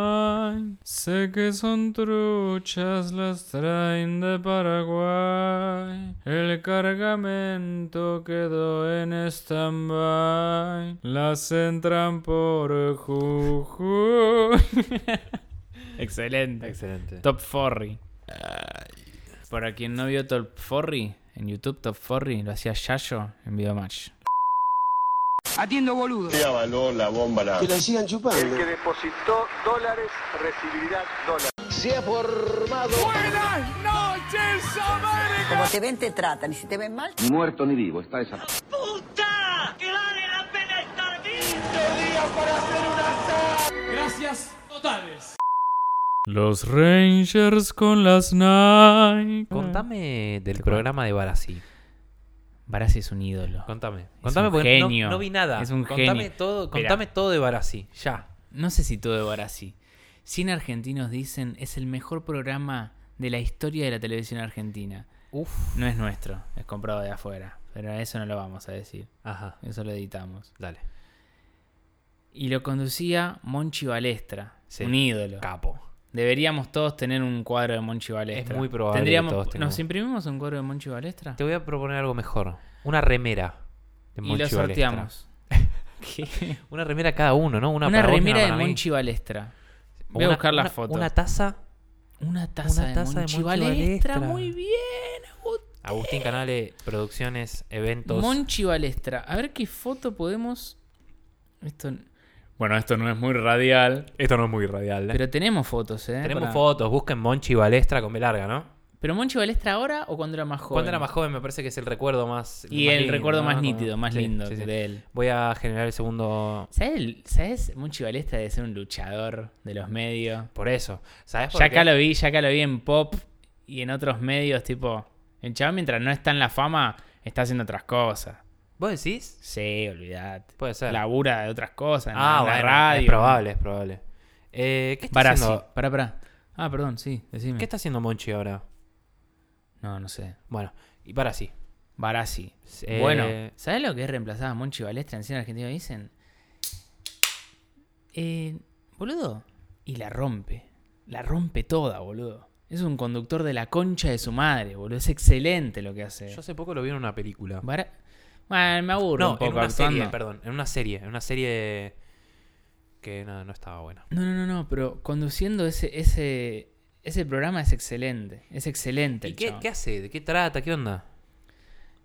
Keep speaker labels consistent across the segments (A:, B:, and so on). A: Nine. Sé que son truchas, las traen de Paraguay. El cargamento quedó en stand-by. Las entran por Jujuy. Excelente.
B: Excelente.
A: Top Forry. Para quien no vio Top Forry, en YouTube Top Forry lo hacía Yayo en Videomatch.
C: Atiendo boludo.
D: avaló la bomba la...
E: Que la sigan chupando.
F: que depositó dólares recibirá dólares.
E: Se ha formado.
G: Como te ven, te tratan. Y si te ven mal,
H: Ni muerto ni vivo, está esa.
A: Los Rangers con las Nike.
B: Contame del programa de Barassi.
A: Barassi es un ídolo.
B: Contame.
A: un
B: Contame porque no-
A: genio.
B: No, vi nada.
A: Es un
B: contame
A: genio.
B: Todo,
A: Esperá.
B: contame todo de Barassi. Ya.
A: No sé si todo ahora sí. 100 argentinos dicen es el mejor programa de la historia de la televisión argentina.
B: Uf.
A: No es nuestro, es comprado de afuera. Pero eso no lo vamos a decir.
B: Ajá.
A: Eso lo editamos.
B: Dale.
A: Y lo conducía Monchi Balestra,
B: Sí. Ah.
A: un ídolo.
B: Capo.
A: Deberíamos todos tener un cuadro de Monchi Balestra.
B: muy probable que
A: Tendríamos,
B: todos tengamos.
A: ¿Nos imprimimos un cuadro de Monchi Balestra?
B: Te voy a proponer algo mejor. Una remera. de
A: Y
B: Monchi
A: lo
B: Balestra.
A: sorteamos. ¿Qué?
B: Una remera cada uno, ¿no? Una,
A: Una,
B: para vos y
A: remera
B: una
A: de
B: para mí.
A: Monchi Balestra.
B: O
A: Voy a
B: una-
A: buscar la
B: una-
A: foto.
B: Una taza.
A: Una taza, de,
B: taza de
A: Monchi
B: Monchi
A: Balestra.
B: Balestra.
A: Muy bien, Agustín.
B: Agustín Canale, producciones, eventos.
A: Monchi Balestra. A ver qué foto podemos. Esto. Bueno, esto no es muy radial.
B: Esto no es muy radial.
A: Pero tenemos fotos, ¿eh?
B: Tenemos
A: Para-
B: fotos. Busquen Monchi Balestra con B larga, ¿no?
A: Pero Monchi Balestra ahora o cuando era más joven.
B: Cuando era más joven me parece que es el recuerdo más...
A: Y
B: más
A: el
B: lindo,
A: recuerdo
B: ¿no?
A: más
B: Como-
A: nítido, más
B: Sí,
A: lindo
B: sí, sí.
A: de él.
B: Voy a generar el segundo...
A: ¿Sabes, el- ¿Sabes? Monchi Balestra de ser un luchador de los medios.
B: Por eso. ¿Sabes por
A: Ya
B: qué?
A: acá lo vi, ya acá lo vi en pop y en otros medios, tipo. El chaval, mientras no está en la fama, está haciendo otras cosas.
B: ¿Vos decís?
A: Sí, olvidate.
B: Puede ser.
A: Labura de otras cosas. en
B: ah,
A: la- en la
B: bueno,
A: radio.
B: es probable, es probable. Eh, ¿qué, está
A: Pará, sí.
B: haciendo,
A: Pará, pará. Ah, perdón, sí, decime.
B: ¿Qué está haciendo Monchi ahora?
A: No, no sé.
B: Bueno, y para sí.
A: Barassi.
B: Eh,
A: Bueno, ¿sabes lo que es reemplazar a Monchi Balestra en cine argentino? Dicen. Eh, boludo. Y la rompe. La rompe toda, boludo. Es un conductor de la concha de su madre, boludo. Es excelente lo que hace.
B: Yo hace poco lo vi en una película.
A: Bara- Bueno, me aburro
B: No,
A: un poco
B: en una
A: actuando.
B: serie, perdón. En una serie. En una serie que no, no estaba buena.
A: No, no, no, no, pero conduciendo ese, ese, ese programa es excelente. Es excelente.
B: ¿Y
A: el
B: qué,
A: chabón.
B: qué hace? ¿De qué trata? ¿Qué onda?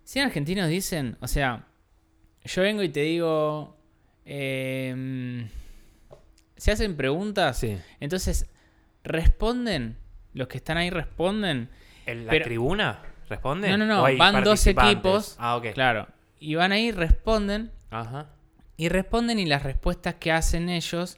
A: 100 argentinos dicen, o sea, yo vengo y te digo, em, se hacen preguntas,
B: Sí.
A: entonces responden, los que están ahí responden.
B: ¿En la
A: Pero-
B: tribuna? ¿Responde?
A: No, no,
B: ¿O
A: no,
B: hay
A: van dos
B: participantes?
A: equipos,
B: Ah, ok.
A: claro, y van ahí, responden,
B: Ajá.
A: y responden y las respuestas que hacen ellos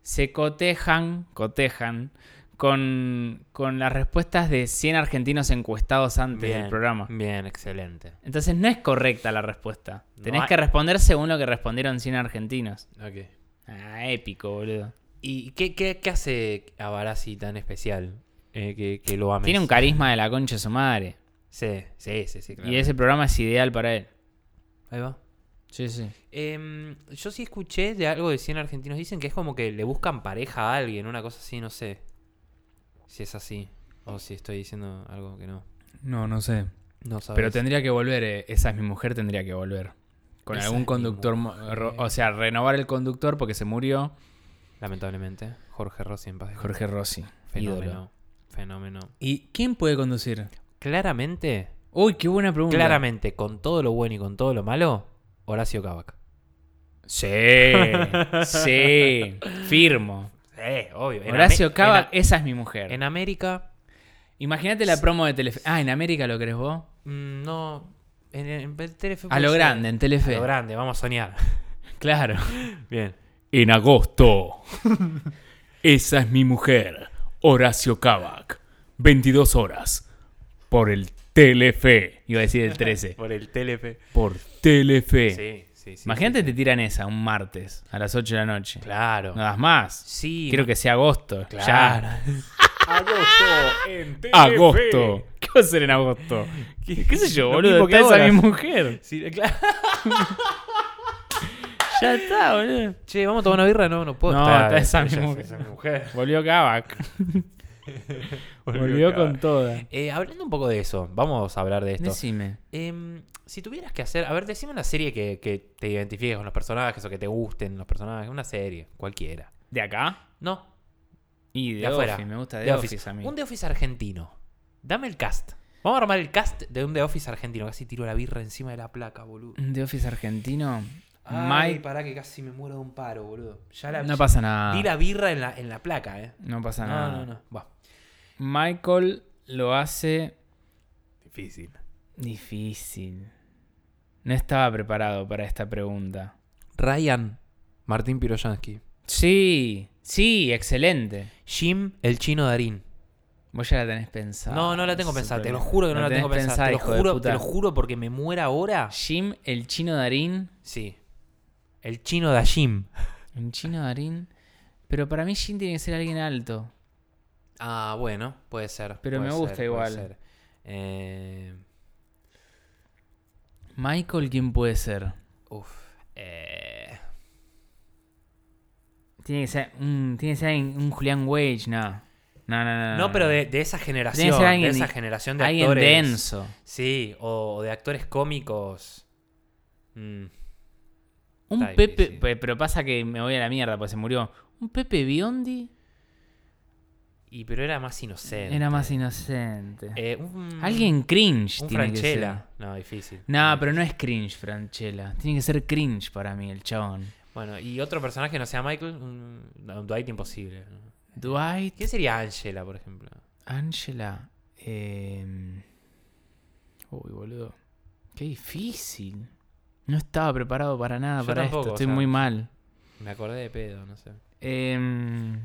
A: se cotejan, cotejan, con, con las respuestas de 100 argentinos encuestados antes del programa.
B: Bien, excelente.
A: Entonces no es correcta la respuesta.
B: No
A: Tenés
B: hay-
A: que responder según lo que respondieron 100 argentinos.
B: Ok.
A: Ah, épico, boludo.
B: ¿Y qué, qué, qué hace a Barassi tan especial? Eh, que, que lo ames.
A: Tiene un carisma de la concha de su madre.
B: Sí, sí, sí, sí, claro.
A: Y ese programa es ideal para él.
B: Ahí va.
A: Sí, sí.
B: Em, yo sí escuché de algo de 100 argentinos. Dicen que es como que le buscan pareja a alguien, una cosa así, no sé. Si es así. O si estoy diciendo algo que no.
A: No, no sé.
B: No sabes.
A: Pero tendría que volver. eh. Esa es mi mujer, tendría que volver. Con
B: Esa
A: algún
B: es mi
A: conductor. mo- ro- O sea, renovar el conductor porque se murió.
B: Lamentablemente. Jorge Rossi en paz. descanse.
A: Jorge Rossi.
B: Fenómeno.
A: ídolo.
B: Fenómeno.
A: ¿Y quién puede conducir?
B: Claramente,
A: Uy, qué buena pregunta.
B: claramente, con todo lo bueno y con todo lo malo, Horacio Cabac.
A: Sí. Sí. Firmo.
B: Eh, obvio. En
A: Horacio
B: Ame-
A: Cava,
B: En,
A: esa es mi mujer.
B: en América,
A: Imagínate la promo de Telefe. Ah, en América lo querés vos.
B: mm, no. En, en- en Telefe
A: A
B: puede
A: lo
B: ser.
A: grande, en Telefe.
B: A lo grande, vamos a soñar.
A: Claro.
B: Bien.
A: En agosto. Esa es mi mujer, Horacio Kavak. 22 horas. Por el Telefe. Iba a decir el 13.
B: Por el Telefe.
A: Por Telefe.
B: Sí, sí, sí.
A: Imagínate te tiran esa un martes a las 8 de la noche.
B: Claro.
A: No das más.
B: Sí.
A: Quiero que sea agosto.
B: Claro.
A: Ya. Agosto. ¿Qué va a hacer en agosto? ¿Qué, qué sé yo,
B: Lo
A: boludo?
B: mismo que
A: Está esa
B: ahora.
A: mi mujer.
B: Sí, claro.
A: Ya está, boludo.
B: Che, vamos a tomar una birra. No, no puedo
A: No,
B: estar.
A: está esa
B: Ella
A: mi
B: es
A: mujer.
B: mujer.
A: Volvió Kavak. Volvió, con toda.
B: Eh, hablando un poco de eso, vamos a hablar de esto.
A: Decime.
B: Em, si tuvieras que hacer, a ver, decime una serie que, que te identifiques con los personajes o que te gusten los personajes, una serie, cualquiera.
A: ¿De acá?
B: No,
A: Y de,
B: de
A: Office.
B: afuera.
A: Me gusta de,
B: The
A: Office. a mí.
B: Un The Office argentino. Dame el cast. Vamos a armar el cast de un The Office argentino. Casi tiro la birra encima de la placa, boludo.
A: Un The Office argentino.
B: Ay,
A: Mike.
B: pará que casi me muero de un paro, boludo. Ya la,
A: No pasa
B: Di
A: nada.
B: la birra en la, en la placa, eh.
A: No pasa
B: No,
A: nada.
B: no, no. Va.
A: Michael lo hace
B: Difícil.
A: difícil. No estaba preparado para esta pregunta.
B: Ryan. Martín Piroyansky.
A: Sí, sí, excelente.
B: Jim, el chino Darín.
A: Vos ya la tenés pensada.
B: No, no la tengo
A: Ese
B: pensada. Te lo
A: problema.
B: juro que no la
A: tenés
B: tengo pensada.
A: pensada,
B: Te lo
A: hijo de
B: juro,
A: puta.
B: te lo juro porque me muera ahora.
A: Jim, el chino Darín.
B: Sí. El chino da Jim.
A: Un chino Darín. Pero para mí Jim tiene que ser alguien alto.
B: Ah, bueno, puede ser.
A: Pero
B: puede
A: me gusta
B: ser, puede
A: igual.
B: ser. Eh,
A: Michael, ¿quién puede ser?
B: uf. eh,
A: Tiene que ser, mm, tiene que ser alguien- un Julián Wage, no. No, no, no.
B: No, pero de, de esa
A: Ah. Tiene que
B: generación.
A: ser alguien,
B: de esa generación de
A: alguien
B: actores.
A: denso.
B: Sí, o, o de actores cómicos. Mm,
A: Un
B: Está
A: Pepe,
B: difícil.
A: pe- pero pasa que me voy a la mierda porque se murió. Un Pepe Biondi
B: Y pero era más inocente.
A: era más inocente.
B: Eh, un-
A: Alguien cringe
B: Un
A: tiene
B: Franchella.
A: que ser.
B: No, difícil.
A: No, pero no es cringe, Franchella. Tiene que ser cringe para mí, el chabón.
B: Bueno, y otro personaje que no sea Michael, un, un Dwight imposible.
A: Dwight,
B: ¿Quién sería Angela, por ejemplo?
A: Angela. em, Uy, boludo. Qué difícil. No estaba preparado para nada
B: Yo
A: para
B: tampoco,
A: esto.
B: o
A: Estoy
B: sea,
A: muy mal.
B: Me acordé de pedo, no sé.
A: Em,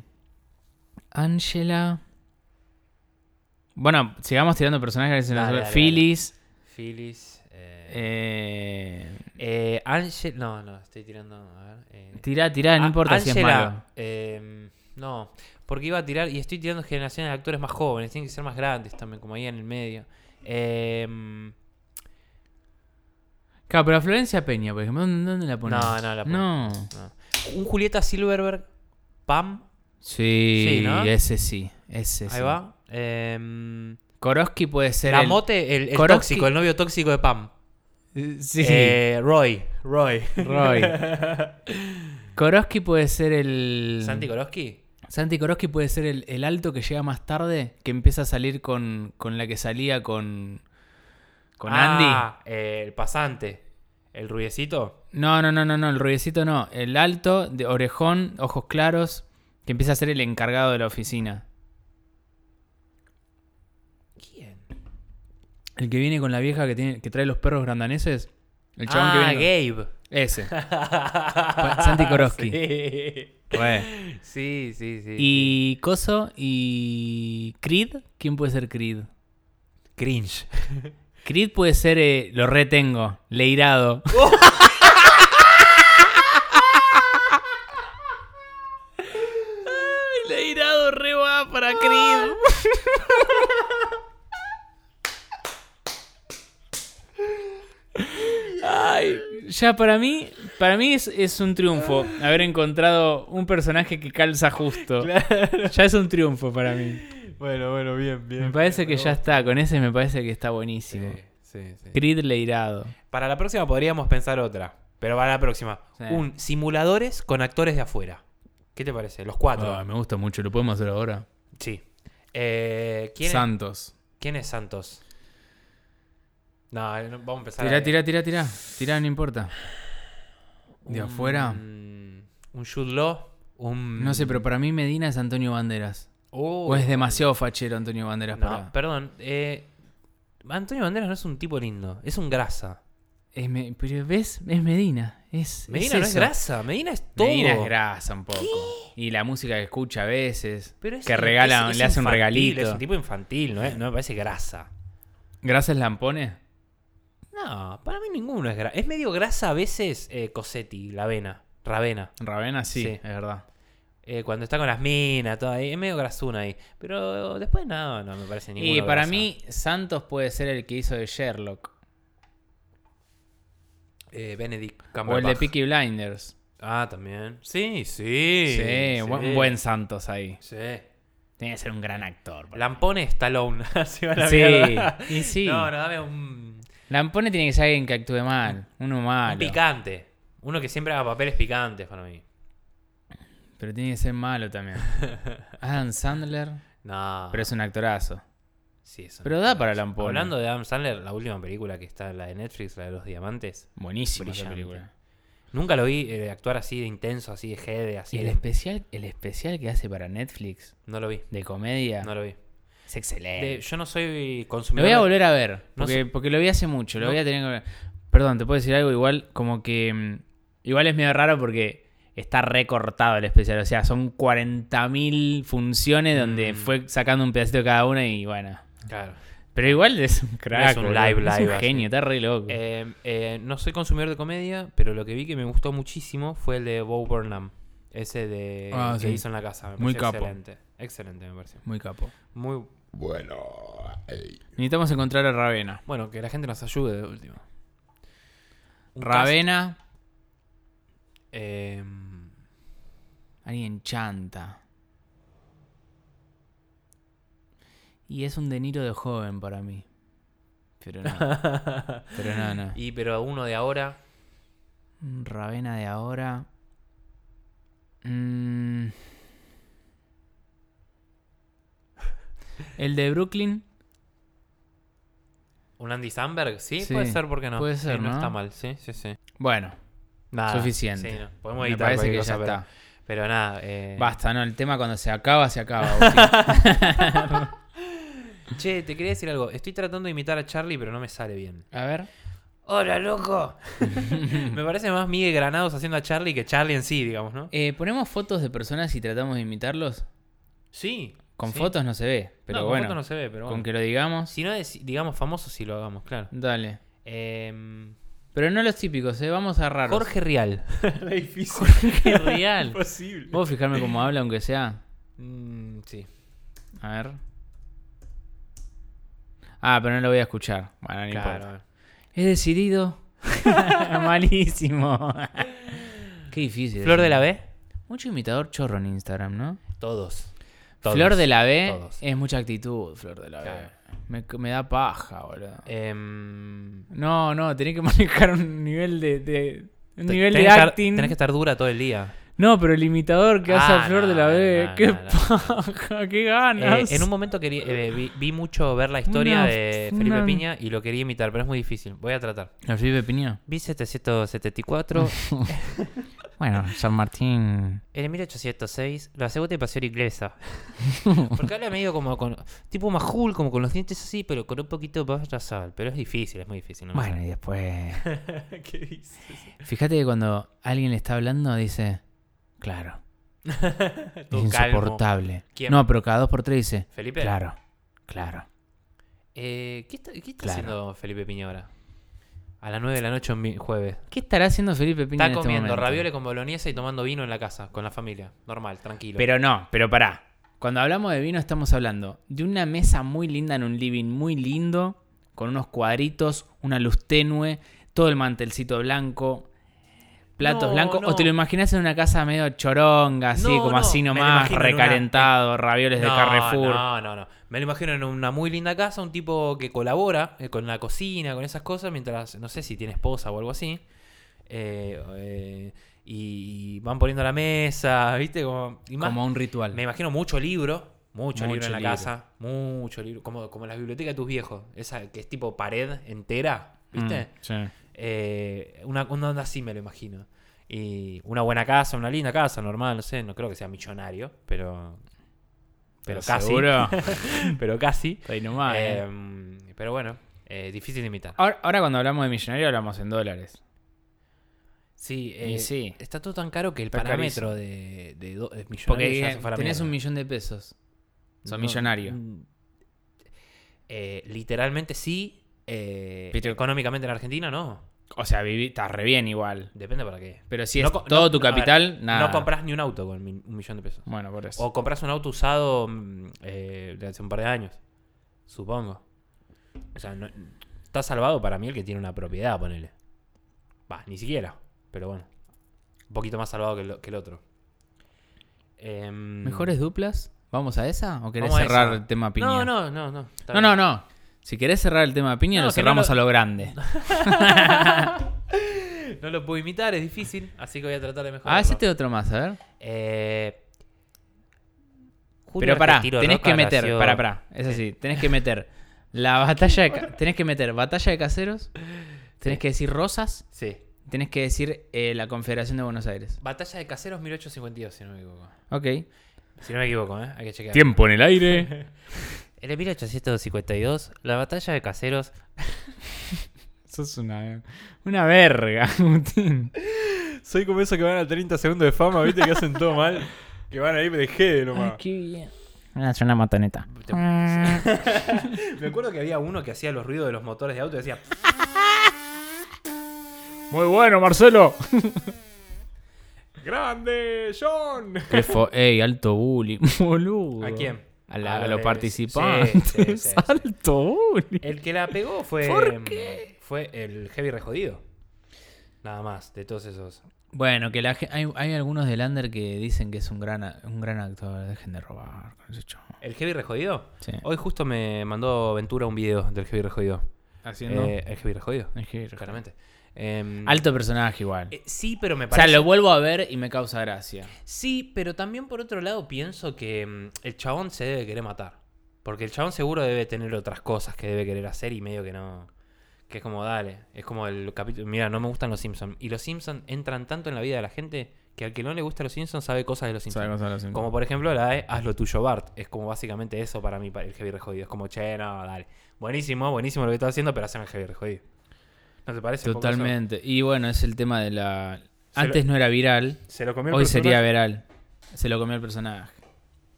A: Angela. Bueno, sigamos tirando personajes. que se nos-
B: Dale, dale,
A: Phyllis.
B: Phyllis. Eh,
A: Eh,
B: eh, Angela. No, no, estoy tirando. A ver. eh,
A: tirá, tirá, Ah, no
B: A-
A: importa si es
B: Ángela,
A: malo.
B: eh, no, porque iba a tirar, y estoy tirando generaciones de actores más jóvenes, tienen que ser más grandes también, como ahí en el medio. Eh, no,
A: Claro, pero a Florencia Peña, por ejemplo, ¿dónde, dónde la pones?
B: no la
A: No.
B: ponemos, no. Un Julieta Silverberg, Pam,
A: Sí,
B: Sí, ¿no?
A: ese sí, ese sí.
B: ahí va. Eh,
A: Koroski puede ser
B: la
A: el...
B: mote, el, el
A: Koroski-
B: tóxico, el novio tóxico de Pam.
A: Sí,
B: Eh, Roy, Roy.
A: Roy. Koroski puede ser el...
B: Santi Koroski.
A: Santi Koroski puede ser el, el alto que llega más tarde, que empieza a salir con, con la que salía con... Con Andy.
B: Ah, eh, el pasante. El rubiecito.
A: No, no, no, no, no, el ruidecito no. El alto, de orejón, ojos claros, que empieza a ser el encargado de la oficina.
B: ¿Quién?
A: El que viene con la vieja que, tiene, que trae los perros grandaneses. El chabón que
B: ah,
A: viene. con-
B: Gabe.
A: Ese. Santi Koroski.
B: Sí.
A: Re.
B: Sí, sí, sí.
A: Y Coso y. Creed. ¿Quién puede ser Creed?
B: cringe.
A: Creed puede ser. eh, lo retengo. Leirado. Ay, Leirado re va para Creed. Ya para mí, para mí es, es un triunfo haber encontrado un personaje que calza justo. Ya es un triunfo para mí.
B: Bueno, bueno, bien, bien.
A: Me parece que ya está, con ese me parece que está buenísimo.
B: Sí, sí.
A: Creed Leirado.
B: Para la próxima podríamos pensar otra. Pero para la próxima.
A: Sí.
B: Un simuladores con actores de afuera. ¿Qué te parece? Los cuatro.
A: Ah, me gusta mucho, lo podemos hacer ahora.
B: Sí. Eh, ¿quién, es,
A: Santos.
B: quién es Santos? No, eh, no, vamos a empezar.
A: Tirá,
B: a-
A: tirá, tirá, tirá. Tirá, no importa. De
B: un-
A: afuera.
B: Un Jude Law, Un...
A: No sé, pero para mí Medina es Antonio Banderas.
B: Oh,
A: O es demasiado fachero Antonio Banderas
B: no,
A: para.
B: perdón. eh, Antonio Banderas no es un tipo lindo. Es un grasa.
A: Es Me- Pero ves, es Medina. Es,
B: Medina no es
A: eso.
B: grasa. Medina es todo.
A: Medina es grasa un poco. Y la música que escucha a veces.
B: Pero es-
A: que regala,
B: es- es
A: le hace un
B: infantil,
A: regalito.
B: Es un tipo infantil, no, es, no me parece grasa.
A: ¿Grasa es Lampone?
B: No, para mí ninguno es grasa. Es medio grasa a veces eh, Cosetti, la avena, Ravena.
A: Ravena sí,
B: Sí.
A: es verdad.
B: Eh, cuando está con las minas, todo ahí. Es medio grasuna ahí. Pero después no, no me parece ninguno.
A: Y para
B: grasa.
A: mí, Santos puede ser el que hizo de Sherlock.
B: Eh, Benedict
A: O el de
B: Eh, Cumberbatch.
A: Peaky Blinders.
B: Ah, también. Sí, sí.
A: Sí, Buen, buen Santos ahí.
B: Sí.
A: Tiene que ser un gran actor. para-
B: Lampone Stallone. Así va la
A: Sí,
B: mierda.
A: y sí.
B: No, no, dame un,
A: Lampone tiene que ser alguien que actúe mal. Uno
B: un
A: malo.
B: picante. Uno que siempre haga papeles picantes para mí.
A: Pero tiene que ser malo también. Adam Sandler.
B: No.
A: Pero es un actorazo.
B: sí, eso
A: pero
B: no
A: da
B: puede
A: para
B: ser.
A: Lampone.
B: Hablando de Adam Sandler, la última película que está, la de Netflix, la de los diamantes.
A: Buenísima esa
B: Brillante.
A: película.
B: Nunca lo vi eh, actuar así de intenso, así de jede, así
A: Y el
B: de-
A: especial, el especial que hace para Netflix
B: No lo vi.
A: de comedia
B: No lo vi.
A: es
B: De-
A: excelente.
B: yo no soy
A: Lo
B: consumidor.
A: voy a
B: de-
A: volver a ver.
B: No
A: Porque,
B: sé.
A: porque lo vi hace mucho. Lo
B: No.
A: voy a tener que ver. Perdón, te puedo decir algo igual, como que. mm, Igual es medio raro porque está recortado el especial. O sea, son 40.000 funciones donde
B: Mm.
A: fue sacando un pedacito de cada una y bueno.
B: Claro.
A: Pero igual es un crack.
B: un
A: boludo.
B: live,
A: Es
B: live
A: un
B: así.
A: genio, está re loco.
B: Eh, eh, no soy consumidor de comedia, pero lo que vi que me gustó muchísimo fue el de Bo Burnham. Ese de
A: Ah,
B: que
A: sí.
B: hizo en la casa. Me
A: Muy
B: pareció
A: capo.
B: Excelente. Excelente, me pareció.
A: Muy capo.
B: Muy
A: Necesitamos encontrar a Ravena.
B: bueno, que la gente nos ayude de último. Un cast-
A: Ravena, em,
B: eh,
A: alguien chanta. Y es un deniro de joven para mí. Pero no, pero no, no.
B: y pero uno de ahora.
A: Un Ravena de ahora. Mm. El de Brooklyn.
B: ¿Un Andy Samberg? ¿Sí?
A: Sí,
B: puede ser, ¿por qué no?
A: puede ser,
B: Sí, no,
A: ¿no?
B: está mal, sí, sí, sí.
A: Bueno,
B: Nada.
A: Suficiente.
B: Ah, Sí, no, Podemos
A: me
B: editar
A: parece
B: cualquier
A: que
B: cosa,
A: ya
B: pero,
A: está.
B: Pero nada. eh,
A: Basta, ¿no? El tema cuando se acaba, se acaba. Agustín.
B: Che, te quería decir algo. Estoy tratando de imitar a Charlie, pero no me sale bien.
A: a ver.
B: ¡Hola, loco! me parece más Miguel Granados haciendo a Charlie que Charlie en sí, digamos, ¿no?
A: Eh, ¿Ponemos fotos de personas y tratamos de imitarlos?
B: Sí.
A: Con
B: sí.
A: fotos no se ve, pero
B: no, con
A: bueno.
B: fotos no se ve, pero bueno.
A: Con que lo digamos.
B: Si no es, digamos, famoso, sí lo hagamos, claro.
A: Dale.
B: Em,
A: Pero no los típicos, ¿eh? Vamos a raros.
B: Jorge Rial.
A: Jorge Real.
B: Imposible.
A: ¿Puedo fijarme cómo habla, aunque sea?
B: Mm, sí.
A: A ver. Ah, pero no lo voy a escuchar. Bueno, no importa.
B: Claro.
A: He decidido. Malísimo. Qué difícil.
B: Flor
A: es.
B: de la B.
A: Mucho imitador chorro en Instagram, ¿no?
B: Todos.
A: Flor de la B
B: Todos.
A: es mucha actitud, Flor de la
B: Claro.
A: B. Me, me da paja, boludo.
B: Em,
A: No, no, tenés que manejar un nivel de. de- un
B: te-
A: nivel
B: tenés
A: de
B: que estar-
A: acting.
B: Tenés que estar dura todo el día.
A: No, pero el imitador que hace
B: Ah,
A: a Flor de la
B: no,
A: B.
B: no,
A: ¡Qué
B: no, no.
A: paja! ¡Qué
B: Eh,
A: ganas!
B: en un momento quería, eh, vi, vi mucho ver la historia
A: Una-
B: de Felipe
A: una-
B: Piña y lo quería imitar, pero es muy difícil. Voy a tratar.
A: ¿El Felipe Piña?
B: Vi 774,
A: Bueno, San Martín.
B: el 1806, la segunda invasión inglesa. Porque habla medio como con. Tipo majul, como con los dientes así, pero con un poquito más nasal. Pero es difícil, es muy difícil. no me
A: Bueno, y después.
B: sale. ¿Qué dices?
A: Fíjate que cuando alguien le está hablando, dice. Claro. Es
B: Todo Oh, calmo.
A: insoportable.
B: ¿Quién?
A: No, pero cada dos por tres dice.
B: Felipe.
A: Claro. Claro.
B: Eh, ¿Qué está, qué está
A: Claro.
B: haciendo Felipe Piña ahora? A las 9 de la noche un vi- jueves.
A: ¿Qué estará haciendo Felipe Piña?
B: Está
A: en este
B: comiendo
A: momento?
B: ravioles con boloñesa y tomando vino en la casa, con la familia. Normal, tranquilo.
A: Pero no, pero pará. Cuando hablamos de vino estamos hablando de una mesa muy linda en un living muy lindo, con unos cuadritos, una luz tenue, todo el mantelcito blanco, platos
B: No,
A: blancos.
B: no.
A: O te lo imaginas en una casa medio choronga, así
B: No,
A: como
B: no,
A: así
B: me lo
A: nomás,
B: imagino en una-
A: recalentado, ravioles de Carrefour.
B: No, no, no. Me lo imagino en una muy linda casa, un tipo que colabora eh, con la cocina, con esas cosas, mientras, no sé si tiene esposa o algo así. Eh, eh, y van poniendo la mesa, ¿viste? Como, y más-
A: Como un ritual. Mm,
B: Me imagino mucho libro, mucho,
A: Mucho
B: libro en la
A: libro.
B: casa, mucho libro, como, como las bibliotecas de tus viejos, esa que es tipo pared entera, ¿viste?
A: Mm, sí.
B: Eh, una, una onda así me lo imagino. Y una buena casa, una linda casa, normal, no sé, no creo que sea millonario, pero. Pero casi.
A: ¿Seguro?
B: pero casi.
A: Está ahí nomás, eh. Ah,
B: Em, pero bueno, eh, difícil de imitar.
A: Ahora, ahora cuando hablamos de millonario hablamos en dólares.
B: Sí,
A: y
B: eh,
A: sí.
B: está todo tan caro que el
A: Está
B: parámetro de, de, do- de millonario ya
A: Porque eh,
B: se fue a la
A: tenés
B: mierda.
A: un millón de pesos. Son
B: No,
A: millonario.
B: mm, eh, literalmente sí. eh,
A: Pero-
B: económicamente en Argentina no.
A: O sea, viví, estás re bien igual.
B: Depende para qué.
A: Pero si es
B: No co-
A: todo
B: no-
A: tu
B: no, a ver,
A: capital, nada.
B: No compras ni un auto con mi- un millón de pesos.
A: Bueno, por eso.
B: O compras un auto usado mm, eh, de hace un par de años. Supongo. O sea, no- está salvado para mí el que tiene una propiedad, ponele. Va, ni siquiera. Pero bueno. Un poquito más salvado que el, que el otro. Em,
A: ¿Mejores duplas? ¿Vamos a esa? ¿O querés
B: vamos a
A: cerrar
B: esa.
A: el tema piña?
B: No, no, no. No, está
A: No,
B: bien.
A: no, no. Si querés cerrar el tema piña,
B: No,
A: lo
B: que no
A: cerramos
B: lo-
A: a lo grande.
B: No lo puedo imitar, es difícil, así que voy a tratar de Eh, mejorar.
A: Ah, ese te otro más, a ver. Pero pará, tenés que meter, pará, pará, es así, tenés que meter la batalla de, ca- tenés que meter batalla de caseros, tenés que decir Rosas,
B: Sí.
A: tenés que decir eh, la Confederación de Buenos Aires.
B: Batalla de Caseros 1852, si no me equivoco.
A: Ok.
B: Si no me equivoco, ¿eh? Hay que chequear.
A: en el aire.
B: En el 1852, la batalla de Caseros...
A: Sos una, una verga, Agustín.
D: Soy como esos que van a 30 segundos de fama, viste, que hacen todo mal. Que van ahí de G nomás.
A: Ah, es una matoneta.
B: Me acuerdo que había uno que hacía los ruidos de los motores de auto y decía...
D: Muy bueno, Marcelo. Grande, John.
A: Qué fo- Ey, alto bullying, boludo.
B: ¿A quién?
A: A, la-
B: A
A: a los
B: los-
A: participantes.
B: sí, sí, sí, sí.
A: Alto bullying.
B: El que la pegó fue... em,
A: ¿Por qué?
B: Fue el Heavy Rejodido. Nada más, de todos esos.
A: Bueno, que la gen- hay, hay algunos de Lander que dicen que es un gran, a- un gran actor. Dejen de robar con ese chabón.
B: ¿El Heavy Rejodido?
A: Sí.
B: Hoy justo me mandó Ventura un video del Heavy Rejodido.
A: Haciendo.
B: Eh, el Heavy Rejodido.
A: El Heavy Rejodido.
B: Claramente. Em,
A: Alto personaje igual.
B: eh, sí, pero me
A: o sea,
B: parece...
A: lo vuelvo a ver y me causa gracia.
B: Sí, pero también por otro lado pienso que mm, el chabón se debe querer matar. Porque el chabón seguro debe tener otras cosas que debe querer hacer y medio que no. Que es como, dale. Es como el capítulo. Mira, no me gustan los Simpsons. Y los Simpsons entran tanto en la vida de la gente que al que no le gusta los Simpsons sabe cosas de los Simpsons. Como por ejemplo la de Haz lo tuyo, Bart. Es como básicamente eso para mí, para el heavy rejodido. Es como, che, no, dale. Buenísimo, buenísimo lo que estás haciendo, pero hacen el heavy rejodido. ¿No te parece? un poco eso?
A: Totalmente. Y bueno, es el tema de la.
B: Se
A: Antes no era viral,
B: Se lo comió el
A: hoy sería
B: personaje,
A: viral. Se lo comió el personaje.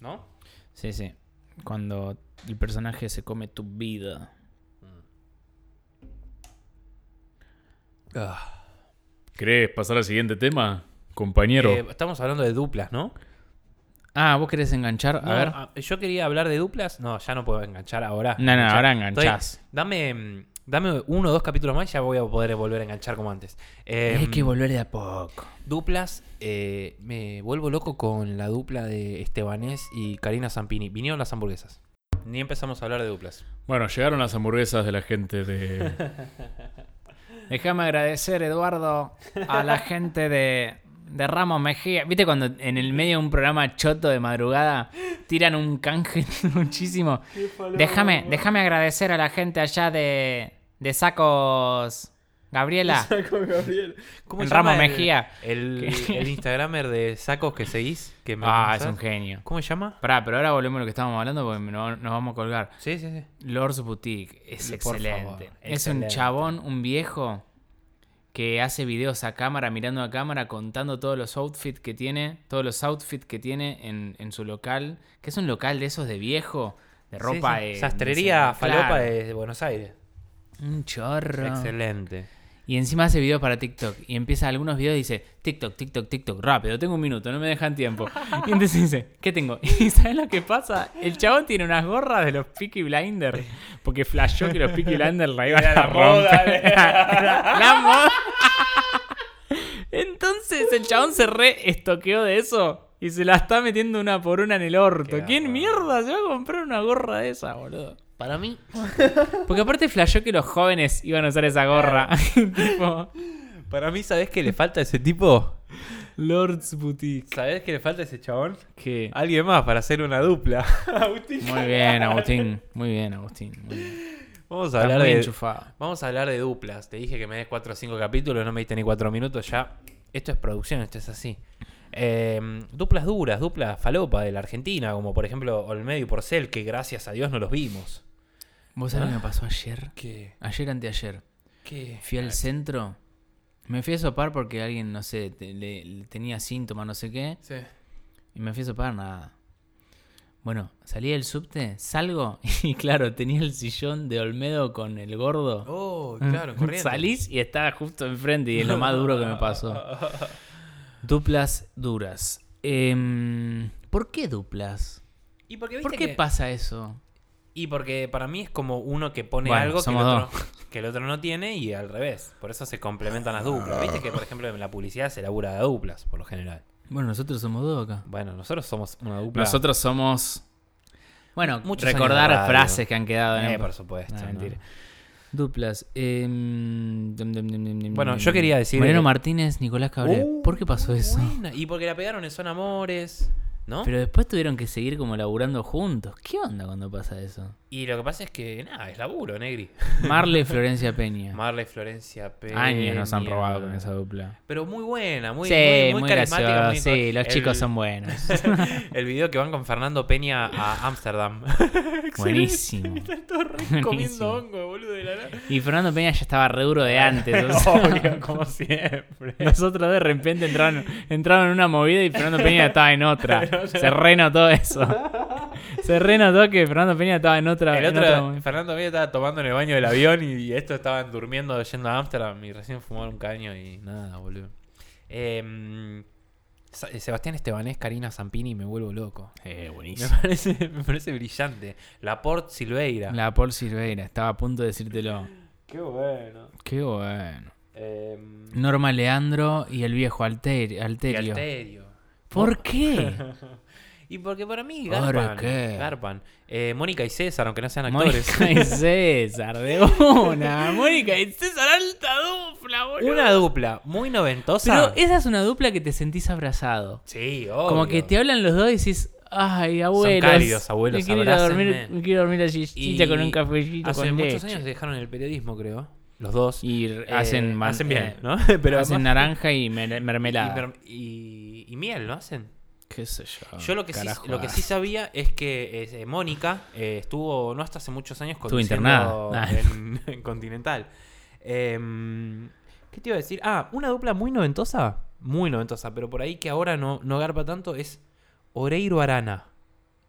B: ¿No?
A: Sí, sí. Cuando el personaje se come tu vida.
B: Ah.
D: ¿Querés pasar al siguiente tema, compañero?
B: Eh, estamos hablando de duplas, ¿no?
A: Ah, ¿vos querés enganchar? A
B: No,
A: ver.
B: ah, Yo quería hablar de duplas. No, ya no puedo enganchar ahora.
A: No, no,
B: Enganchar.
A: ahora enganchás.
B: Estoy- dame, mm, dame uno o dos capítulos más y ya voy a poder volver a enganchar como antes. Eh,
A: Hay que volver de a poco.
B: Duplas, eh, me vuelvo loco con la dupla de Estebanés y Karina Zampini. Vinieron las hamburguesas. Ni empezamos a hablar de duplas.
D: Bueno, llegaron las hamburguesas de la gente de.
A: Déjame agradecer, Eduardo, a la gente de, de Ramos Mejía. ¿Viste cuando en el medio de un programa choto de madrugada tiran un canje muchísimo? Déjame, déjame agradecer a la gente allá de, de Sacos Gabriela.
B: ¿Cómo
A: El
B: se llama
A: Ramo
B: el-
A: Mejía.
B: El, el Instagramer de sacos que seguís. Que me
A: Ah, es
B: pasás?
A: un genio.
B: ¿Cómo se llama?
A: Pará, pero ahora volvemos a lo que estábamos hablando porque no- nos vamos a colgar.
B: Sí, sí, sí.
A: Lord's Boutique es
B: Por
A: excelente.
B: favor,
A: es
B: excelente.
A: un chabón, un viejo, que hace videos a cámara, mirando a cámara, contando todos los outfits que tiene, todos los outfits que tiene en, en su local, que es un local de esos de viejo, de ropa
B: Sí, sí.
A: de-
B: Sastrería
A: de-
B: falopa
A: claro,
B: de Buenos Aires.
A: Un chorro.
B: Excelente.
A: Y encima hace videos para TikTok. Y empieza algunos videos y dice, TikTok, TikTok, TikTok, rápido, tengo un minuto, no me dejan tiempo. Y entonces dice, ¿qué tengo? ¿Y sabes lo que pasa? El chabón tiene unas gorras de los Peaky Blinders. Porque flasheó que los Peaky Blinders la iban a la romper.
B: ¿eh?
A: la moda. Entonces el chabón se re estoqueó de eso. Y se la está metiendo una por una en el orto.
B: Qué
A: ¿Quién
B: bárbaro.
A: mierda se va a comprar una gorra de esa, boludo?
B: Para mí,
A: Porque aparte flasheó que los jóvenes iban a usar esa gorra. tipo...
B: para mí, ¿sabés qué le falta a ese tipo?
A: Lord's Boutique.
B: ¿Sabés qué le falta a ese chabón?
A: ¿Qué?
B: Alguien más para hacer una dupla. Agustín.
A: Muy bien, Agustín. Muy bien, Agustín. Muy bien.
B: Vamos a
A: Estás
B: hablar
A: muy
B: de
A: enchufado.
B: Vamos a hablar de duplas. Te dije que me des 4 o 5 capítulos, no me diste ni 4 minutos ya. Esto es producción, esto es así. Eh, duplas duras, duplas falopa de la Argentina, como por ejemplo Olmedo y Porcel, que gracias a Dios no los vimos.
A: ¿Vos
B: Ah.
A: sabés lo que me pasó ayer?
B: ¿Qué?
A: Ayer anteayer.
B: ¿Qué?
A: Fui al centro. Me fui a sopar porque alguien, no sé, te- le- le tenía síntomas, no sé qué.
B: Sí.
A: Y me fui a sopar, nada. Bueno, salí del subte, salgo y claro, tenía el sillón de Olmedo con el gordo.
B: Oh, claro, corriendo.
A: Salís y estaba justo enfrente y es lo más duro que me pasó. Duplas duras. Em, ¿Por qué duplas?
B: ¿Y por qué, viste
A: ¿Por qué
B: que-
A: pasa eso?
B: Y porque para mí es como uno que pone
A: Bueno,
B: algo que el,
A: somos
B: otro, que el otro no tiene y al revés. Por eso se complementan las duplas. Viste que, por ejemplo, en la publicidad se labura de duplas, por lo general.
A: Bueno, nosotros somos dos acá.
B: Bueno, nosotros somos una dupla.
A: Nosotros somos. Bueno,
B: Muchos años de
A: recordar
B: radio.
A: frases que han quedado en
B: Eh,
A: el-
B: por supuesto,
A: Ah, no.
B: mentira.
A: Duplas. em, dum, dum, dum, dum, dum,
B: Bueno,
A: dum,
B: yo
A: dum.
B: quería decir- eh,
A: Mariano Martínez, Nicolás Cabré.
B: Uh,
A: ¿Por qué pasó eso?
B: buena. Y porque la pegaron en Son Amores, ¿no?
A: Pero después tuvieron que seguir como laburando juntos. ¿Qué onda cuando pasa eso?
B: Y lo que pasa es que, nada, es laburo, Negri.
A: Marley Florencia Peña.
B: Marley Florencia Peña.
A: Años nos han robado con esa dupla.
B: Pero muy buena, muy,
A: sí,
B: muy,
A: muy,
B: muy carismática.
A: gracioso.
B: muy-
A: Sí, los
B: el-
A: chicos son buenos.
B: El video que van con Fernando Peña a Ámsterdam.
A: Buenísimo.
B: Comiendo
A: Buenísimo.
B: hongo, boludo, de la nada.
A: Y Fernando Peña ya estaba re duro de antes. o sea,
B: Obvio, como siempre.
A: Nosotros de repente entraron, entraron en una movida y Fernando Peña estaba en otra. Se renotó eso. Se renotó que Fernando Peña estaba en otra.
B: El
A: en otra
B: otro,
A: movida.
B: Fernando Peña estaba tomando en el baño del avión y, y estos estaban durmiendo yendo a Ámsterdam y recién fumaron un caño y nada, boludo. Em, Sa- Sebastián Estebanés, Karina Zampini, me vuelvo loco.
A: Eh,
B: Me
A: buenísimo.
B: parece, me parece brillante. Laporte Silveira.
A: La Paul Silveira, estaba a punto de decírtelo.
B: Qué bueno.
A: Qué bueno.
B: Em,
A: Norma Leandro y el viejo Alteri-
B: y
A: Alterio.
B: Alterio.
A: ¿Por qué?
B: Y porque para mí
A: ¿Por
B: garpan.
A: qué?
B: garpan. Eh, Mónica y César, aunque no sean actores.
A: Mónica y César, de una. Mónica y César, alta dupla, boludo.
B: Una dupla muy noventosa.
A: Pero esa es una dupla que te sentís abrazado.
B: Sí, obvio.
A: Como que te hablan los dos y decís, ay, abuelos.
B: cálidos, abuelos,
A: Me quiero ir a dormir,
B: abrácenme".
A: me quiero dormir allí chicha con un cafecito
B: Hace
A: con
B: muchos
A: leche.
B: años dejaron el periodismo, creo. Los dos.
A: Y r-
B: Eh,
A: hacen, man-
B: hacen bien,
A: eh,
B: ¿no?
A: hacen
B: además-
A: naranja y mer- mermelada.
B: y, mer- y- y miel, ¿no hacen?
A: ¿Qué sé yo?
B: Yo lo que, sí,
A: Oh, carajo,
B: lo que
A: ah.
B: sí sabía es que eh, Mónica eh, estuvo, no hasta hace muchos años,
A: Estuvo
B: conduciendo
A: internada. Ah.
B: En, en Continental. Em, ¿Qué te iba a decir? Ah, una dupla muy noventosa. Muy noventosa, pero por ahí que ahora no, no garpa tanto es Oreiro Arana.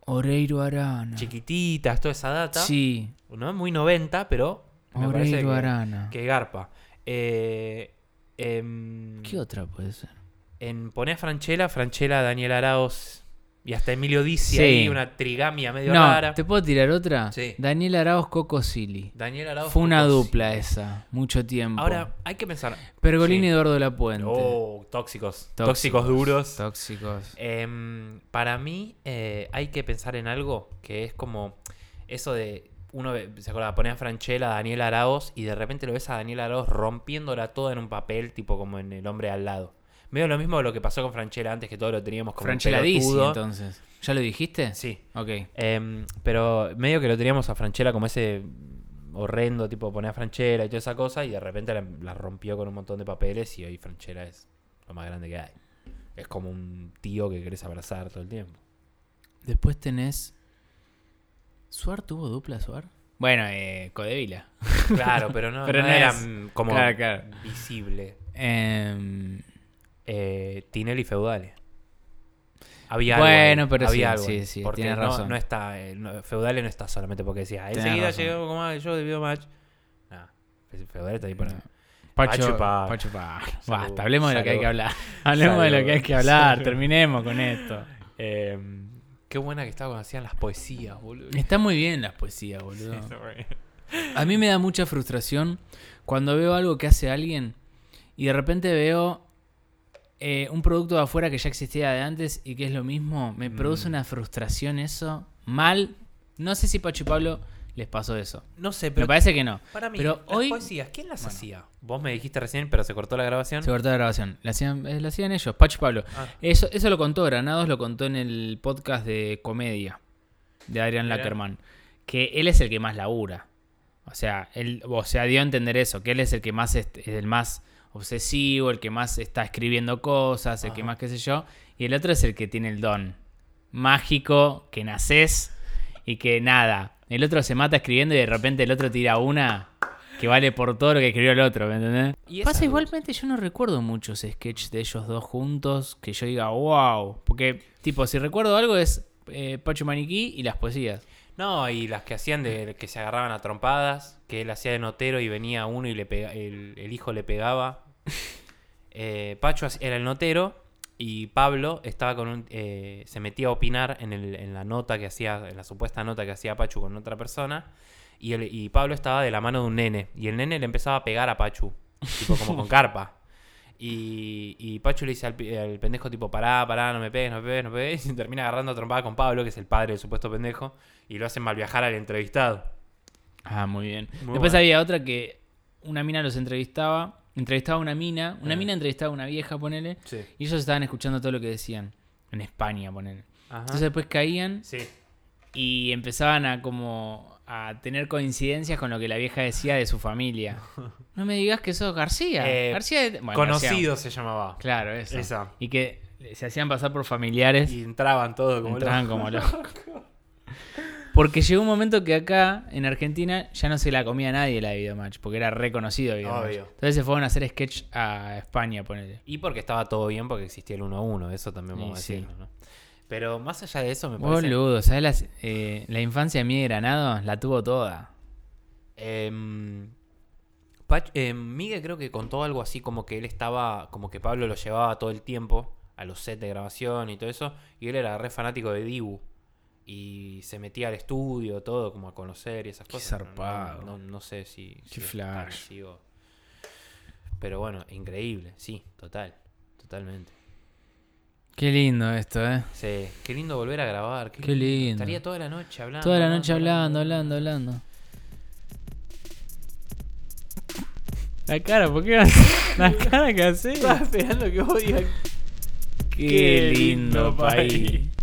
A: Oreiro Arana.
B: Chiquititas, toda esa data.
A: Ah. Sí,
B: No es muy 90, pero me parece
A: Oreiro
B: que-
A: Arana.
B: que garpa. Eh, em,
A: ¿Qué otra puede ser?
B: en poné a Franchella, Franchella, Daniel Araos y hasta Emilio Dizzi
A: Sí.
B: ahí, una trigamia medio
A: no,
B: rara.
A: ¿te puedo tirar otra?
B: Sí.
A: Daniel Arauz Cocosili.
B: Daniel Araos.
A: Fue una
B: Cocos.
A: dupla esa, mucho tiempo.
B: Ahora, hay que pensar.
A: Pergolini
B: Sí.
A: y Eduardo Lapuente.
B: Oh, tóxicos. Tóxicos, duros.
A: Tóxicos.
B: Em, para mí, eh, hay que pensar en algo que es como eso de. Uno ve- se acuerda, ponés a Franchella, a Daniel Araos y de repente lo ves a Daniel Araos rompiéndola toda en un papel, tipo como en El hombre al lado. Medio lo mismo lo que pasó con Franchella antes, que todo lo teníamos como un
A: Franchella Dizzi,
B: pelotudo.
A: entonces. ¿Ya lo dijiste?
B: Sí.
A: Ok.
B: Em, pero medio que lo teníamos a Franchella como ese horrendo, tipo poner a Franchella y toda esa cosa, y de repente la, la rompió con un montón de papeles y hoy Franchella es lo más grande que hay. Es como un tío que querés abrazar todo el tiempo.
A: Después tenés. ¿Suar tuvo dupla Suar? Bueno, eh, Codevila.
B: Claro, pero no,
A: Pero
B: no
A: no
B: era
A: es-
B: mm, como
A: claro, claro.
B: visible.
A: Em,
B: Eh, Tinelli feudales. Había
A: Bueno,
B: algo ahí,
A: pero sí,
B: había algo
A: sí,
B: ahí,
A: sí,
B: porque
A: tienes
B: no,
A: razón.
B: No está, eh, no, feudales no está solamente porque decía,
A: Tienes
B: enseguida
A: razón.
B: llegó como yo de Videomatch. Nah, feudales está ahí para.
A: Pacho,
B: Pacho Pa.
A: Pacho Pa.
B: Salud,
A: Basta, hablemos de lo que hay que
B: salud.
A: hablar. Hablemos de lo que hay que hablar.
B: Salud.
A: Terminemos con esto.
B: Em, qué buena que estaba cuando hacían las poesías, boludo.
A: Está muy bien las poesías, boludo. A mí me da mucha frustración cuando veo algo que hace alguien y de repente veo eh, un producto de afuera que ya existía de antes y que es lo mismo. Me produce una frustración eso. Mal. No sé si Pacho y Pablo les pasó eso.
B: No sé,
A: Me
B: pero
A: parece que no.
B: para mí,
A: pero
B: las
A: hoy
B: poesías, ¿quién las hacía? Vos me dijiste recién, pero se cortó la grabación.
A: se cortó la grabación. La hacían, eh, la hacían ellos, Pacho y Pablo.
B: Ah.
A: Eso, eso lo contó Granados, lo contó en el podcast de comedia de Adrián
B: Mirá.
A: Lackerman. Que él es el que más labura. O sea, él, o sea, dio a entender eso, que él es el que más es, es el más obsesivo, el que más está escribiendo cosas, el que
B: Ajá.
A: más qué sé yo. Y el otro es el que tiene el don mágico, que naces y que nada. El otro se mata escribiendo y de repente el otro tira una que vale por todo lo que escribió el otro, ¿me entendés?
B: Y
A: Pasa
B: esa-
A: igualmente, yo no recuerdo muchos sketches de ellos dos juntos que yo diga, wow. Porque, tipo, si recuerdo algo es eh, Pacho Maniquí y las poesías.
B: No, y las que hacían de que se agarraban a trompadas, que él hacía de notero y venía uno y le pega- el, el hijo le pegaba. Eh, Pacho hac- era el notero y Pablo estaba con un, eh, se metía a opinar en, el- en la nota que hacía, en la supuesta nota que hacía Pachu con otra persona. Y, el- y Pablo estaba de la mano de un nene. Y el nene le empezaba a pegar a Pachu. Tipo como con carpa. Y, y Pachu le dice al, pi- al pendejo tipo, pará, pará, no me pegues, no me pegues, no me pegues. Y termina agarrando a trompada con Pablo, que es el padre del supuesto pendejo. Y lo hacen mal viajar al entrevistado.
A: Ah, muy bien.
B: Muy
A: Después
B: bueno.
A: había otra que una mina los entrevistaba, entrevistaba a una mina, una mina entrevistaba a una vieja, ponele,
B: Sí.
A: y ellos estaban escuchando todo lo que decían en España, ponele.
B: Ajá.
A: Entonces después caían
B: sí.
A: y empezaban a como a tener coincidencias con lo que la vieja decía de su familia. No me digas que sos García.
B: Eh,
A: García de- bueno,
B: Conocido
A: García-
B: se llamaba.
A: claro, eso.
B: Esa.
A: Y que se hacían pasar por familiares.
B: Y entraban todos como
A: Entraban
B: locos.
A: como locos. Porque llegó un momento que acá, en Argentina, ya no se la comía nadie la de Videomatch, porque era reconocido Videomatch.
B: Obvio.
A: Entonces se fueron a hacer sketch a España, ponele.
B: Y porque estaba todo bien porque existía el 1 a 1, eso también
A: Y
B: vamos a
A: sí.
B: decirlo, ¿no? Pero más allá de eso me parece...
A: Boludo, ¿sabes las- eh, la infancia de mi de Granado? La tuvo toda.
B: em, Pach- em, Miguel creo que contó algo así como que él estaba, como que Pablo lo llevaba todo el tiempo a los sets de grabación y todo eso, y él era re fanático de Dibu. Y se metía al estudio, todo, como a conocer y esas
A: Qué
B: cosas. No- no-
A: zarpado.
B: No, no sé si... si
A: Qué
B: es
A: flash.
B: tan así o- Pero bueno, increíble, sí, total, totalmente.
A: Qué lindo esto, ¿eh?
B: Sí, qué lindo volver a grabar.
A: Qué lindo.
B: Estaría toda la noche hablando.
A: Toda la noche hablando, hablando, hablando. La cara, ¿por qué? La cara que haces.
B: esperando que vos digas
A: Qué lindo país.